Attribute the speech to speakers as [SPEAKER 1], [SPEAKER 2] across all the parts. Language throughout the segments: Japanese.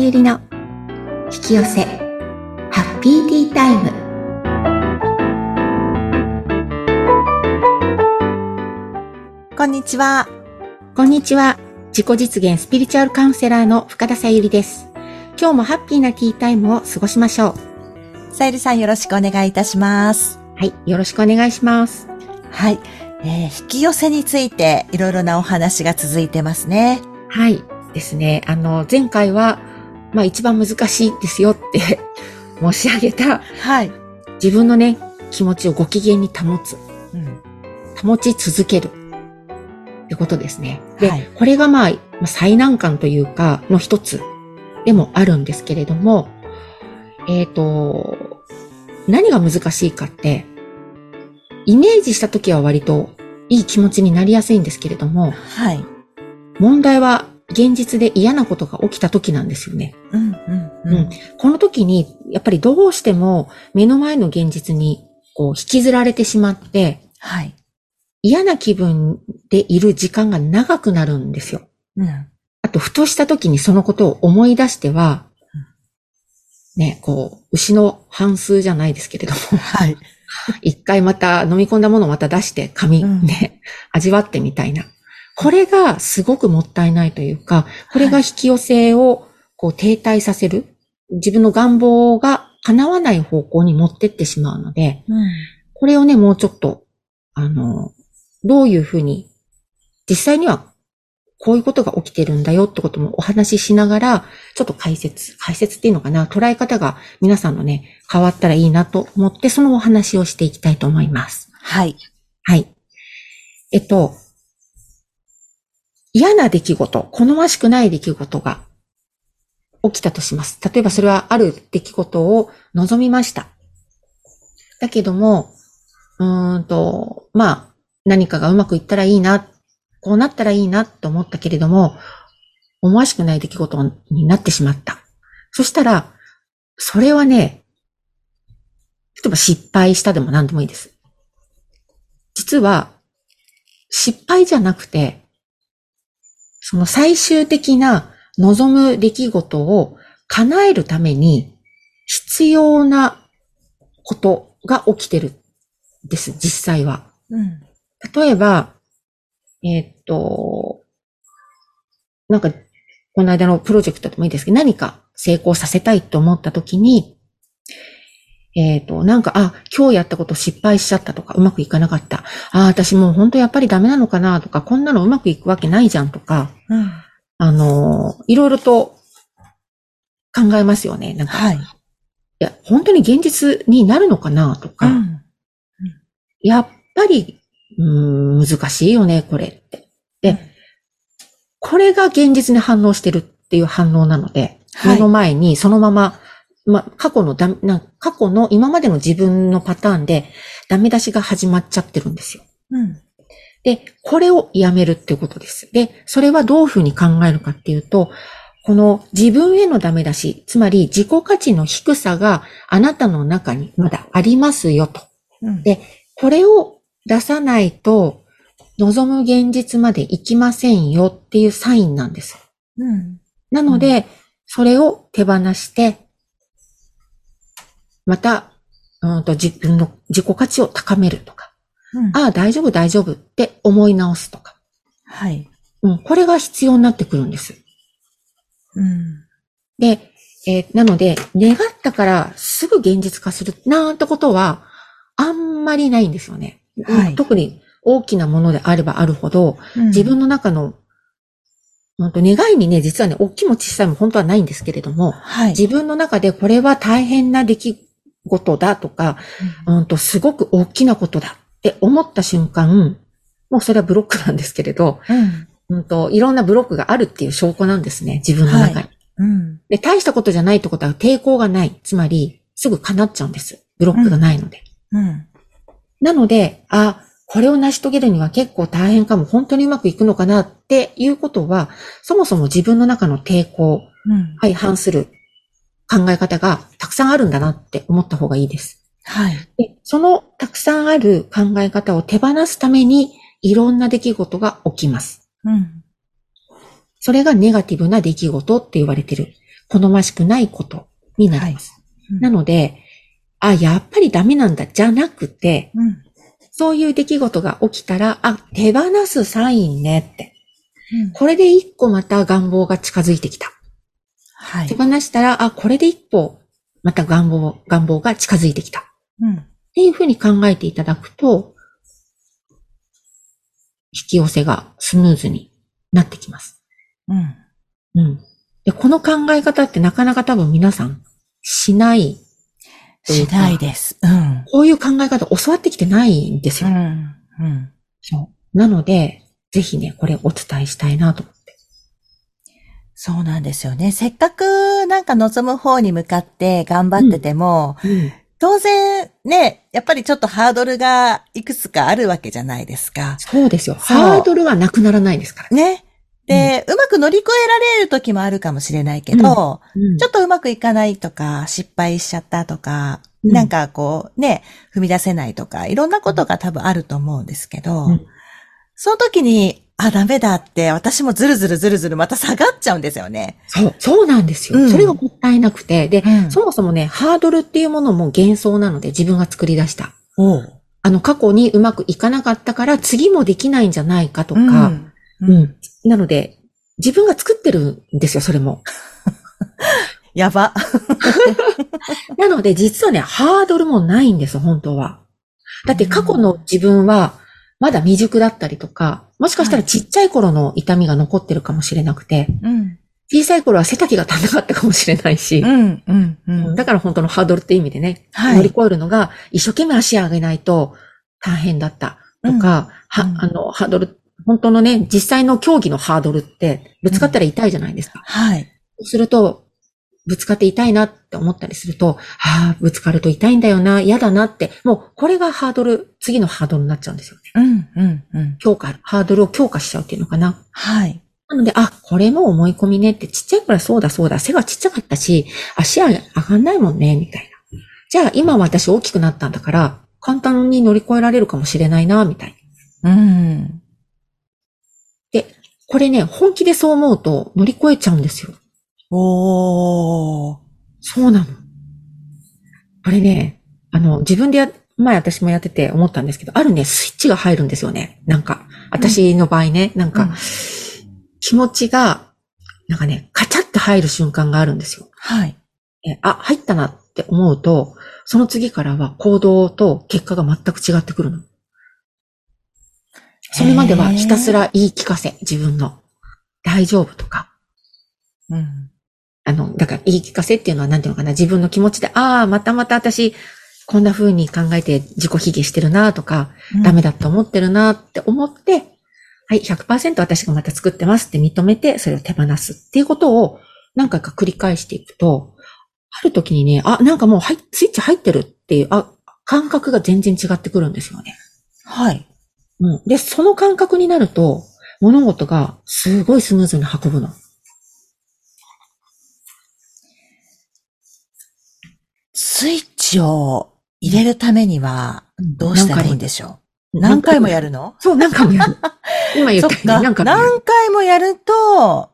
[SPEAKER 1] ゆりの引き寄せハッピーティータイム
[SPEAKER 2] こんにちは。
[SPEAKER 1] こんにちは自己実現スピリチュアルカウンセラーの深田さゆりです今日もハッピーなティータイムを過ごしましょう
[SPEAKER 2] さゆりさんよろしくお願いいたします。
[SPEAKER 1] はいよろしくお願いします
[SPEAKER 2] はい。えー引き寄せについていろいろなお話が続いてますね。
[SPEAKER 1] はい。ですね。あの、前回は、まあ一番難しいですよって 申し上げた、
[SPEAKER 2] はい。
[SPEAKER 1] 自分のね、気持ちをご機嫌に保つ、
[SPEAKER 2] うん。
[SPEAKER 1] 保ち続ける。ってことですね。で、
[SPEAKER 2] はい
[SPEAKER 1] これがまあ、まあ最難関というか、の一つでもあるんですけれども、えっ、と、何が難しいかって、イメージした時は割といい気持ちになりやすいんですけれども、
[SPEAKER 2] はい。
[SPEAKER 1] 問題は現実で嫌なことが起きた時なんですよね。
[SPEAKER 2] うん、うん、うん。
[SPEAKER 1] この時に、やっぱりどうしても目の前の現実にこう引きずられてしまって、
[SPEAKER 2] はい。
[SPEAKER 1] 嫌な気分でいる時間が長くなるんですよ。
[SPEAKER 2] うん。
[SPEAKER 1] あと、ふとした時にそのことを思い出しては、ね、こう、牛の半数じゃないですけれども、
[SPEAKER 2] はい。
[SPEAKER 1] 一回また飲み込んだものをまた出して紙
[SPEAKER 2] うん
[SPEAKER 1] ね、味わってみたいな。これがすごくもったいないというか、これが引き寄せをこう停滞させる。自分の願望が叶わない方向に持ってってしまうので、
[SPEAKER 2] うん。
[SPEAKER 1] これをね、もうちょっと、あの、どういうふうに、実際にはこういうことが起きてるんだよってこともお話ししながら、ちょっと解説、解説っていうのかな、捉え方が皆さんのね、変わったらいいなと思って、そのお話をしていきたいと思います。
[SPEAKER 2] はい。
[SPEAKER 1] はい。えっと、嫌な出来事、好ましくない出来事が起きたとします。例えばそれはある出来事を望みました。だけども、うーんと、まあ、何かがうまくいったらいいな、こうなったらいいなと思ったけれども、思わしくない出来事になってしまった。そしたら、それはね、例えば失敗したでも何でもいいです。実は、失敗じゃなくて、その最終的な望む出来事を叶えるために必要なことが起きてるんです、実際は。
[SPEAKER 2] うん。
[SPEAKER 1] 例えば、えーっと、なんか、この間のプロジェクトでもいいですけど、何か成功させたいと思った時に、えーっと、なんか、あ、今日やったこと失敗しちゃったとか、うまくいかなかった。あ、私もう本当やっぱりダメなのかなとか、こんなのうまくいくわけないじゃんとか、
[SPEAKER 2] うん。
[SPEAKER 1] あのーいろいろと考えますよね。なんか、い
[SPEAKER 2] はい。
[SPEAKER 1] や、本当に現実になるのかなとか、
[SPEAKER 2] うん。
[SPEAKER 1] やっぱり、うーん、難しいよね、これって。で、
[SPEAKER 2] うん
[SPEAKER 1] これが現実に反応してるっていう反応なので、
[SPEAKER 2] はい
[SPEAKER 1] 目の前にそのまま、ま、過去のだ、な過去の今までの自分のパターンで、ダメ出しが始まっちゃってるんですよ。
[SPEAKER 2] うん。
[SPEAKER 1] で、これをやめるっていうことです。で、それはどういうふうに考えるかっていうと、この自分へのダメ出し、つまり自己価値の低さがあなたの中にまだありますよと。
[SPEAKER 2] うん
[SPEAKER 1] でこれを出さないと望む現実まで行きませんよっていうサインなんです。
[SPEAKER 2] うん。
[SPEAKER 1] なので、それを手放して、また、うんと自分の自己価値を高めるとか、
[SPEAKER 2] うん
[SPEAKER 1] ああ、大丈夫、大丈夫って思い直すとか。
[SPEAKER 2] はい。
[SPEAKER 1] うん、これが必要になってくるんです。
[SPEAKER 2] うん。
[SPEAKER 1] で、えーなので、願ったからすぐ現実化するなんてことは、あんまりないんですよね。
[SPEAKER 2] はい
[SPEAKER 1] 特に大きなものであればあるほど、
[SPEAKER 2] うん
[SPEAKER 1] 自分の中の、うんと願いにね、実はね、大きいも小さいも本当はないんですけれども、
[SPEAKER 2] はい。
[SPEAKER 1] 自分の中でこれは大変な出来事だとか、うんと、すごく大きなことだって思った瞬間、もうそれはブロックなんですけれど、
[SPEAKER 2] うん。
[SPEAKER 1] うんと、いろんなブロックがあるっていう証拠なんですね、自分の中に。
[SPEAKER 2] はうん。
[SPEAKER 1] で、大したことじゃないってことは抵抗がない。つまり、すぐ叶っちゃうんです。ブロックがないので。
[SPEAKER 2] うん。
[SPEAKER 1] なので、あ、これを成し遂げるには結構大変かも、本当にうまくいくのかなっていうことは、そもそも自分の中の抵抗、
[SPEAKER 2] うん。
[SPEAKER 1] 相反する考え方がたくさんあるんだなって思った方がいいです。
[SPEAKER 2] はい。
[SPEAKER 1] で、そのたくさんある考え方を手放すために、いろんな出来事が起きます。
[SPEAKER 2] うん。
[SPEAKER 1] それがネガティブな出来事って言われてる。好ましくないことになります。
[SPEAKER 2] うん
[SPEAKER 1] なので、あ、やっぱりダメなんだ、じゃなくて、
[SPEAKER 2] うん。
[SPEAKER 1] そういう出来事が起きたら、あ、手放すサインねって。
[SPEAKER 2] うん
[SPEAKER 1] これで一個また願望が近づいてきた。
[SPEAKER 2] は
[SPEAKER 1] 手
[SPEAKER 2] い。
[SPEAKER 1] 放したら、あ、これで一歩、また願望、願望が近づいてきた。っ
[SPEAKER 2] うん。
[SPEAKER 1] ていうふうに考えていただくと、引き寄せがスムーズになってきます。
[SPEAKER 2] うん。
[SPEAKER 1] うん。で、この考え方ってなかなか多分皆さんしない、
[SPEAKER 2] しないです。うん。
[SPEAKER 1] こういう考え方教わってきてないんです
[SPEAKER 2] う
[SPEAKER 1] よ。
[SPEAKER 2] ん。うん。
[SPEAKER 1] そう。なので、ぜひね、これお伝えしたいなと思って。
[SPEAKER 2] そうなんですよね。せっかくなんか望む方に向かって頑張ってても、当然ね、やっぱりちょっとハードルがいくつかあるわけじゃないですか。
[SPEAKER 1] そうですよ。
[SPEAKER 2] そう
[SPEAKER 1] ハードルはなくならないですから。
[SPEAKER 2] ね。で、うまく乗り越えられる時もあるかもしれないけど、
[SPEAKER 1] うん
[SPEAKER 2] ちょっとうまくいかないとか、失敗しちゃったとか、
[SPEAKER 1] うん
[SPEAKER 2] なんかこうね、踏み出せないとか、いろんなことが多分あると思うんですけど、
[SPEAKER 1] うん
[SPEAKER 2] その時に、あ、ダメだって、私もずるずるずるずるまた下がっちゃうんですよね。
[SPEAKER 1] そう、そうなんですよ。
[SPEAKER 2] うん
[SPEAKER 1] それがもったいなくて。で、
[SPEAKER 2] うん
[SPEAKER 1] そもそもね、ハードルっていうものも幻想なので自分が作り出した。
[SPEAKER 2] おう。
[SPEAKER 1] あの、過去にうまくいかなかったから次もできないんじゃないかと
[SPEAKER 2] と
[SPEAKER 1] か。
[SPEAKER 2] うん。うん。
[SPEAKER 1] なので、自分が作ってるんですよ、それ も。
[SPEAKER 2] やば。
[SPEAKER 1] なので、実はね、ハードルもないんです、本当は。だって過去の自分は、まだ未熟だったりとか、もしかしたら
[SPEAKER 2] はい
[SPEAKER 1] ちっちゃい頃の痛みが残ってるかもしれなくて、
[SPEAKER 2] うん。
[SPEAKER 1] 小さい頃は背丈が足りなかったかもしれないし
[SPEAKER 2] う、ん。うん。う
[SPEAKER 1] うん
[SPEAKER 2] ん。
[SPEAKER 1] だから本当のハードルって意味でね、
[SPEAKER 2] はい
[SPEAKER 1] 乗り越えるのが一生懸命足上げないと大変だったとか、
[SPEAKER 2] うんうん
[SPEAKER 1] は、あの、ハードル、本当のね、実際の競技のハードルって、ぶつかったら痛いじゃないですか。
[SPEAKER 2] はい。
[SPEAKER 1] そうすると、ぶつかって痛いなって思ったりすると、ああ、ぶつかると痛いんだよな、嫌だなって、もうこれがハードル、次のハードルになっちゃうんですよね。
[SPEAKER 2] うん。うん。うん。
[SPEAKER 1] 強化、ハードルを強化しちゃうっていうのかな。
[SPEAKER 2] はい。
[SPEAKER 1] なので、あ、これも思い込みねって、ちっちゃい頃そうだそうだ、背がちっちゃかったし、足上がんないもんね、みたいな。じゃあ、今私大きくなったんだから、簡単に乗り越えられるかもしれないな、みたいな。
[SPEAKER 2] うん。
[SPEAKER 1] これね、本気でそう思うと乗り越えちゃうんですよ。
[SPEAKER 2] おー。
[SPEAKER 1] そうなの。これね、あの、自分でや、前私もやってて思ったんですけど、あるね、スイッチが入るんですよね。なんか、私の場合ね、なんか、
[SPEAKER 2] うん
[SPEAKER 1] 気持ちが、なんかね、カチャッと入る瞬間があるんですよ。
[SPEAKER 2] はい。
[SPEAKER 1] えあ、入ったなって思うと、その次からは行動と結果が全く違ってくるの。それまではひたすら言い聞かせ、自分の。大丈夫とか、
[SPEAKER 2] うん。
[SPEAKER 1] あの、だから言い聞かせっていうのは何ていうのかな、自分の気持ちで、ああ、またまた私、こんな風に考えて自己卑下してるなとか、ダメ
[SPEAKER 2] だ。
[SPEAKER 1] だと思ってるなって思って、はい、100%私がまた作ってますって認めて、それを手放すっていうことを何回か繰り返していくと、ある時にね、あ、なんかもう入っスイッチ入ってるっていう、あ、感覚が全然違ってくるんですよね。
[SPEAKER 2] はい。
[SPEAKER 1] うん。で、その感覚になると、物事がすごいスムーズに運ぶの。
[SPEAKER 2] スイッチを入れるためには、どうしたらいいんでしょう何
[SPEAKER 1] 何
[SPEAKER 2] 回
[SPEAKER 1] 回も
[SPEAKER 2] もやるの
[SPEAKER 1] そう、何回もやる。 今言
[SPEAKER 2] そ
[SPEAKER 1] っ
[SPEAKER 2] った
[SPEAKER 1] ように
[SPEAKER 2] か。
[SPEAKER 1] 何
[SPEAKER 2] 何
[SPEAKER 1] 回もやる。
[SPEAKER 2] 回もやると、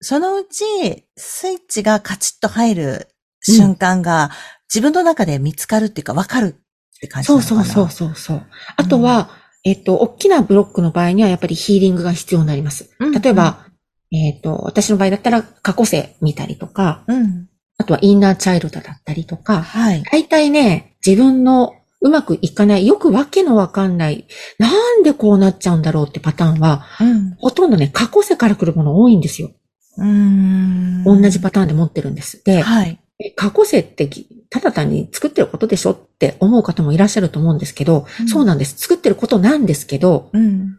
[SPEAKER 2] そのうち、スイッチがカチッと入る瞬間が、自分の中で見つかるっていうか、わかるって感じな
[SPEAKER 1] そ
[SPEAKER 2] の
[SPEAKER 1] う
[SPEAKER 2] かな
[SPEAKER 1] そうそうそうそう。あとは、えっと、大きなブロックの場合にはやっぱりヒーリングが必要になります。
[SPEAKER 2] うん
[SPEAKER 1] 例えば、えっと、私の場合だったら過去世見たりとか、
[SPEAKER 2] う。うん。
[SPEAKER 1] あとはインナーチャイルドだったりとか、
[SPEAKER 2] はい。
[SPEAKER 1] 大体ね、自分のうまくいかない、よくわけのわかんない、なんでこうなっちゃうんだろうってパターンは、
[SPEAKER 2] うん。
[SPEAKER 1] ほとんどね、過去世から来るもの多いんですよ。
[SPEAKER 2] うーん。
[SPEAKER 1] 同じパターンで持ってるんです。で、
[SPEAKER 2] はい。
[SPEAKER 1] え過去世ってぎただ単に作ってることでしょって思う方もいらっしゃると思うんですけど、
[SPEAKER 2] うん
[SPEAKER 1] そうなんです。作ってることなんですけど、
[SPEAKER 2] うん。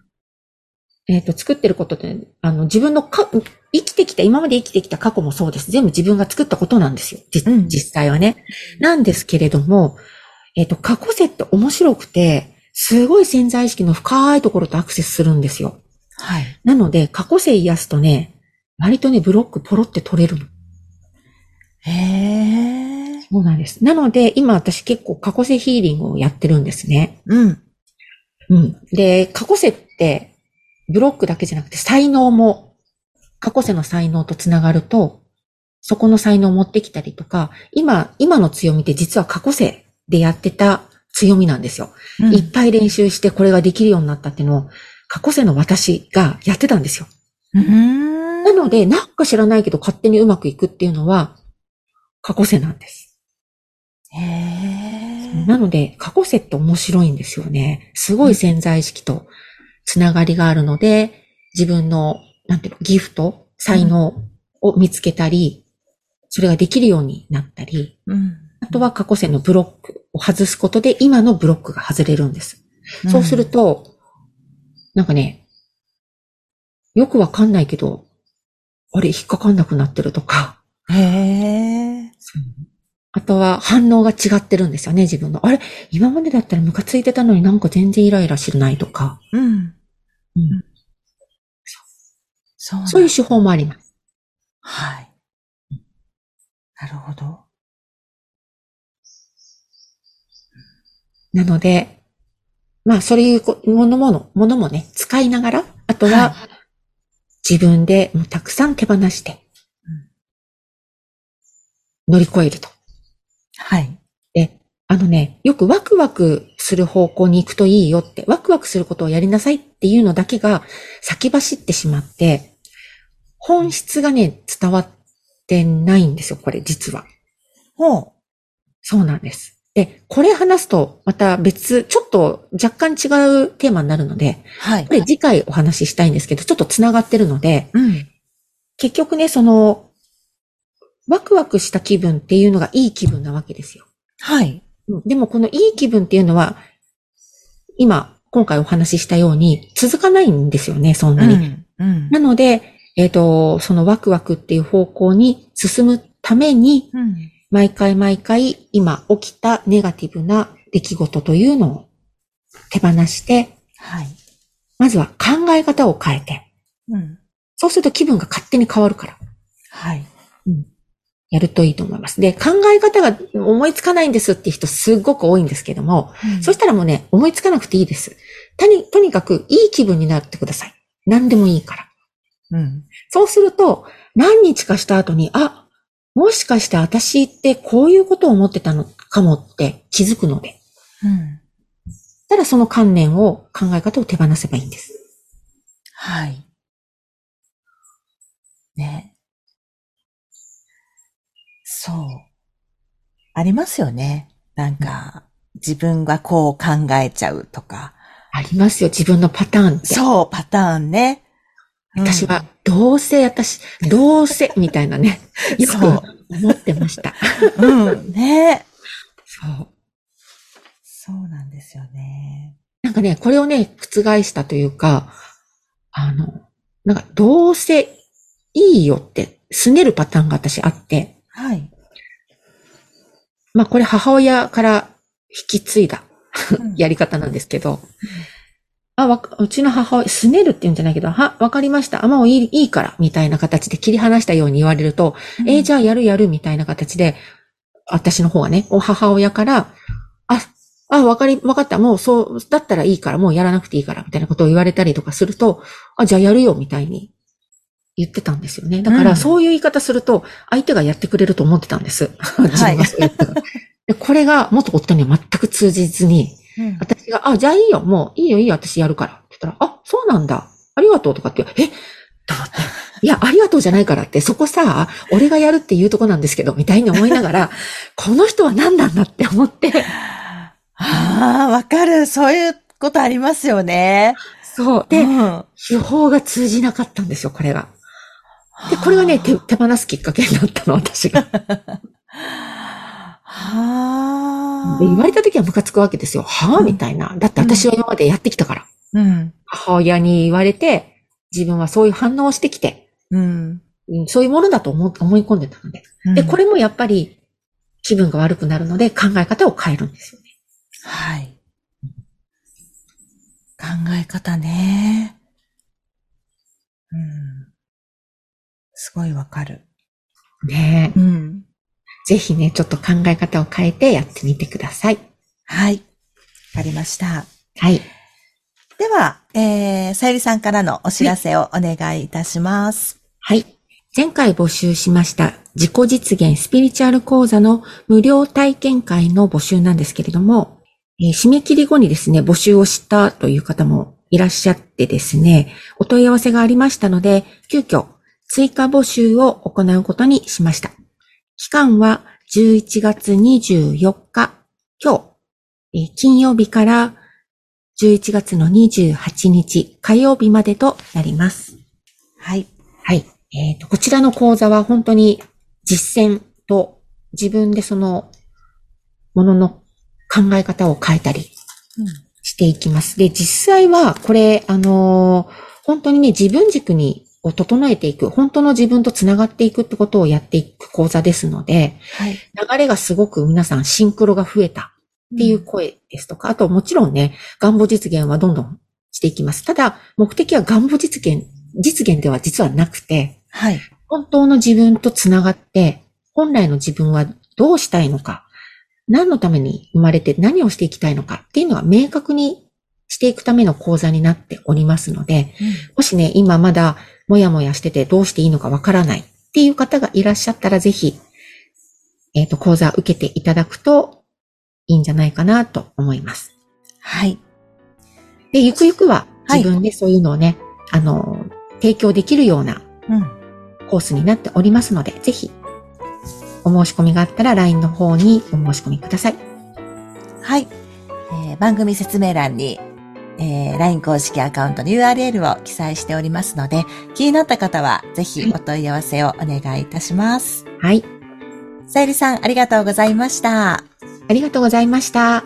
[SPEAKER 1] えっ、と、作ってることって、あの、自分のか、生きてきた、今まで生きてきた過去もそうです。全部自分が作ったことなんですよ。じ
[SPEAKER 2] うん
[SPEAKER 1] 実際はね。なんですけれども、えっ、と、過去世って面白くて、すごい潜在意識の深いところとアクセスするんですよ。
[SPEAKER 2] はい。
[SPEAKER 1] なので、過去世癒すとね、割とね、ブロックポロって取れるの。
[SPEAKER 2] へえ。
[SPEAKER 1] そうなんです。なので、今私結構過去世ヒーリングをやってるんですね。
[SPEAKER 2] うん。
[SPEAKER 1] うん。で、過去世って、ブロックだけじゃなくて才能も、過去世の才能とつながると、そこの才能を持ってきたりとか、今、今の強みって実は過去生でやってた強みなんですよ。
[SPEAKER 2] うん
[SPEAKER 1] いっぱい練習してこれができるようになったっていうのを、過去生の私がやってたんですよ。
[SPEAKER 2] うん
[SPEAKER 1] なので、なんか知らないけど勝手にうまくいくっていうのは、過去生なんです。
[SPEAKER 2] へえ。
[SPEAKER 1] なので、過去生って面白いんですよね。すごい潜在意識とつながりがあるので、自分の、なんていうの、ギフト、才能を見つけたり、それができるようになったり、
[SPEAKER 2] うん
[SPEAKER 1] あとは過去生のブロックを外すことで、今のブロックが外れるんです。そうする、と、なんかね、よくわかんないけど、あれ、引っかかんなくなってるとか、
[SPEAKER 2] うんへえ。
[SPEAKER 1] あとは反応が違ってるんですよね、自分の。あれ、今までだったらムカついてたのになんか全然イライラしないとか、
[SPEAKER 2] うん。
[SPEAKER 1] うん
[SPEAKER 2] そうなんだ
[SPEAKER 1] そういう手法もあります。
[SPEAKER 2] はい。なるほど。
[SPEAKER 1] なので、まあ、そういうこものもの、ものもね、使いながら、あとは
[SPEAKER 2] は
[SPEAKER 1] 自分でもうたくさん手放して
[SPEAKER 2] うん、
[SPEAKER 1] 乗り越えると。
[SPEAKER 2] はい。
[SPEAKER 1] で、あのね、よくワクワクする方向に行くといいよって、ワクワクすることをやりなさいっていうのだけが先走ってしまって、本質がね、伝わってないんですよ、これ、実は。
[SPEAKER 2] ほ
[SPEAKER 1] そうなんです。で、これ話すと、また別、ちょっと若干違うテーマになるので
[SPEAKER 2] う。、はい
[SPEAKER 1] こ。れ次回お話ししたいんですけど、ちょっと繋がってるので、
[SPEAKER 2] うん。
[SPEAKER 1] 結局ね、その、ワクワクした気分っていうのがいい気分なわけですよ。
[SPEAKER 2] はい。
[SPEAKER 1] うんでもこのいい気分っていうのは、今、今回お話ししたように、続かないんですよね、そん
[SPEAKER 2] う
[SPEAKER 1] なに。
[SPEAKER 2] ん。うん
[SPEAKER 1] なので、えっ、と、そのワクワクっていう方向に進むために、
[SPEAKER 2] うん。
[SPEAKER 1] 毎回毎回今起きたネガティブな出来事というのを手放して、
[SPEAKER 2] はい。
[SPEAKER 1] まずは考え方を変えて、
[SPEAKER 2] うん。
[SPEAKER 1] そうすると気分が勝手に変わるから、
[SPEAKER 2] はい。
[SPEAKER 1] やるといいと思います。で、考え方が思いつかないんですって人すごく多いんですけども、そしたらもうね、思いつかなくていいです。とに、とにかくいい気分になってください。何でもいいから。
[SPEAKER 2] うん。
[SPEAKER 1] そうすると、何日かした後に、あ、もしかして私ってこういうことを思ってたのかもって気づくので。
[SPEAKER 2] うん。
[SPEAKER 1] ただその観念を、考え方を手放せばいいんです。
[SPEAKER 2] はい。ね。そう。ありますよね。なんか、自分がこう考えちゃうとか。
[SPEAKER 1] ありますよ、自分のパターンって。
[SPEAKER 2] そう、パターンね。うん
[SPEAKER 1] 私は、どうせ私、どうせ、みたいなね。よく
[SPEAKER 2] そう
[SPEAKER 1] 思ってま した。
[SPEAKER 2] うん、ね。
[SPEAKER 1] そう。
[SPEAKER 2] そうなんですよね。
[SPEAKER 1] なんかね、これをね、覆したというか、あの、なんか、どうせいいよって、拗ねるパターンが私あって、
[SPEAKER 2] はい。
[SPEAKER 1] まあこれ母親から引き継いだ
[SPEAKER 2] うん
[SPEAKER 1] やり方なんですけど、あ、わか、うちの母親、拗ねるって言うんじゃないけど、は、わかりました。あ、もういい、いいから、みたいな形で切り離したように言われると、えーじ
[SPEAKER 2] ゃ
[SPEAKER 1] ゃあやるやるみたいな形で、私の方はね、お母親から、あ、あ、わかり、わかった、もうそう、だったらいいから、もうやらなくていいから、みたいなことを言われたりとかすると、あ、じゃあやるよ、みたいに言ってたんですよね。だか
[SPEAKER 2] うん
[SPEAKER 1] ら、そういう言い方すると、相手がやってくれると思ってたんです。自分がそうやったらでこれが、元夫には全く通じずに、
[SPEAKER 2] うん
[SPEAKER 1] 私が、あ、じゃあいいよ、もう、いいよ、いいよ、私やるから。って言ったら、あ、そうなんだ。ありがとうとかって、えと思って。いや、ありがとうじゃないからって、そこさ、俺がやるっていうとこなんですけど、みたいに思いながら、この人は何なんだって思って、
[SPEAKER 2] ああ、わかる。そういうことありますよね。
[SPEAKER 1] そう。で
[SPEAKER 2] う、ん
[SPEAKER 1] 手法が通じなかったんですよ、これが。で、これがね、手、手放すきっかけになったの、私が。で
[SPEAKER 2] はあ。
[SPEAKER 1] 言われた時はムカつくわけですよ。はぁ
[SPEAKER 2] うん
[SPEAKER 1] みたいな。だって私は今までやってきたから。
[SPEAKER 2] うん。
[SPEAKER 1] 母親に言われて、自分はそういう反応をしてきて、
[SPEAKER 2] うん。
[SPEAKER 1] うんそういうものだと思う思い込んでたので。で、こ
[SPEAKER 2] れ。
[SPEAKER 1] れもやっぱり気分が悪くなるので考え方を変えるんですよね。
[SPEAKER 2] はい。考え方ね。うん。すごいわかる。
[SPEAKER 1] ねえ
[SPEAKER 2] うん。
[SPEAKER 1] ぜひね、ちょっと考え方を変えてやってみてください。
[SPEAKER 2] はい。わかりました。
[SPEAKER 1] はい。
[SPEAKER 2] では、えー、さゆりさんからのお知らせをお願いいたします。
[SPEAKER 1] はい。前回募集しました自己実現スピリチュアル講座の無料体験会の募集なんですけれども、えー締め切り後にですね、募集をしたという方もいらっしゃってですね、お問い合わせがありましたので、急遽追加募集を行うことにしました。期間は11月24日、今日、えー金曜日から11月の28日火曜日までとなります。
[SPEAKER 2] はい。
[SPEAKER 1] はい。えっ、と、こちらの講座は本当に実践と自分でそのものの考え方を変えたりしていきます。で、実際はこれ、あのー本当にね、自分軸にを整えていく、本当の自分とつながっていくってことをやっていく講座ですので、
[SPEAKER 2] はい。っ
[SPEAKER 1] 流れがすごく皆さんシンクロが増えたっていう。声ですとか、あともちろんね、願望実現はどんどんしていきます。ただ、目的は願望実現、実現では実はなくて、
[SPEAKER 2] はい。
[SPEAKER 1] 本当の自分とつながって、本来の自分はどうしたいのか、何のために生まれて何をしていきたいのかっていうのが明確にしていくための講座になっておりますので、もしね、今まだもやもやしててどうしていいのかわからないっていう方がいらっしゃったら、ぜひ、えっ、と、講座受けていただくといいんじゃないかなと思います。
[SPEAKER 2] はい。
[SPEAKER 1] で、ゆくゆくは
[SPEAKER 2] はい
[SPEAKER 1] 自分でそういうのをね、あの、提供できるような
[SPEAKER 2] うん。
[SPEAKER 1] コースになっておりますので、ぜひ、お申し込みがあったら LINE の方にお申し込みください。
[SPEAKER 2] はい。えー番組説明欄に、えー LINE 公式アカウントの URL を記載しておりますので、気になった方はぜひお問い合わせをお願いいたします。
[SPEAKER 1] はい。
[SPEAKER 2] さゆりさん、ありがとうございました。
[SPEAKER 1] ありがとうございました。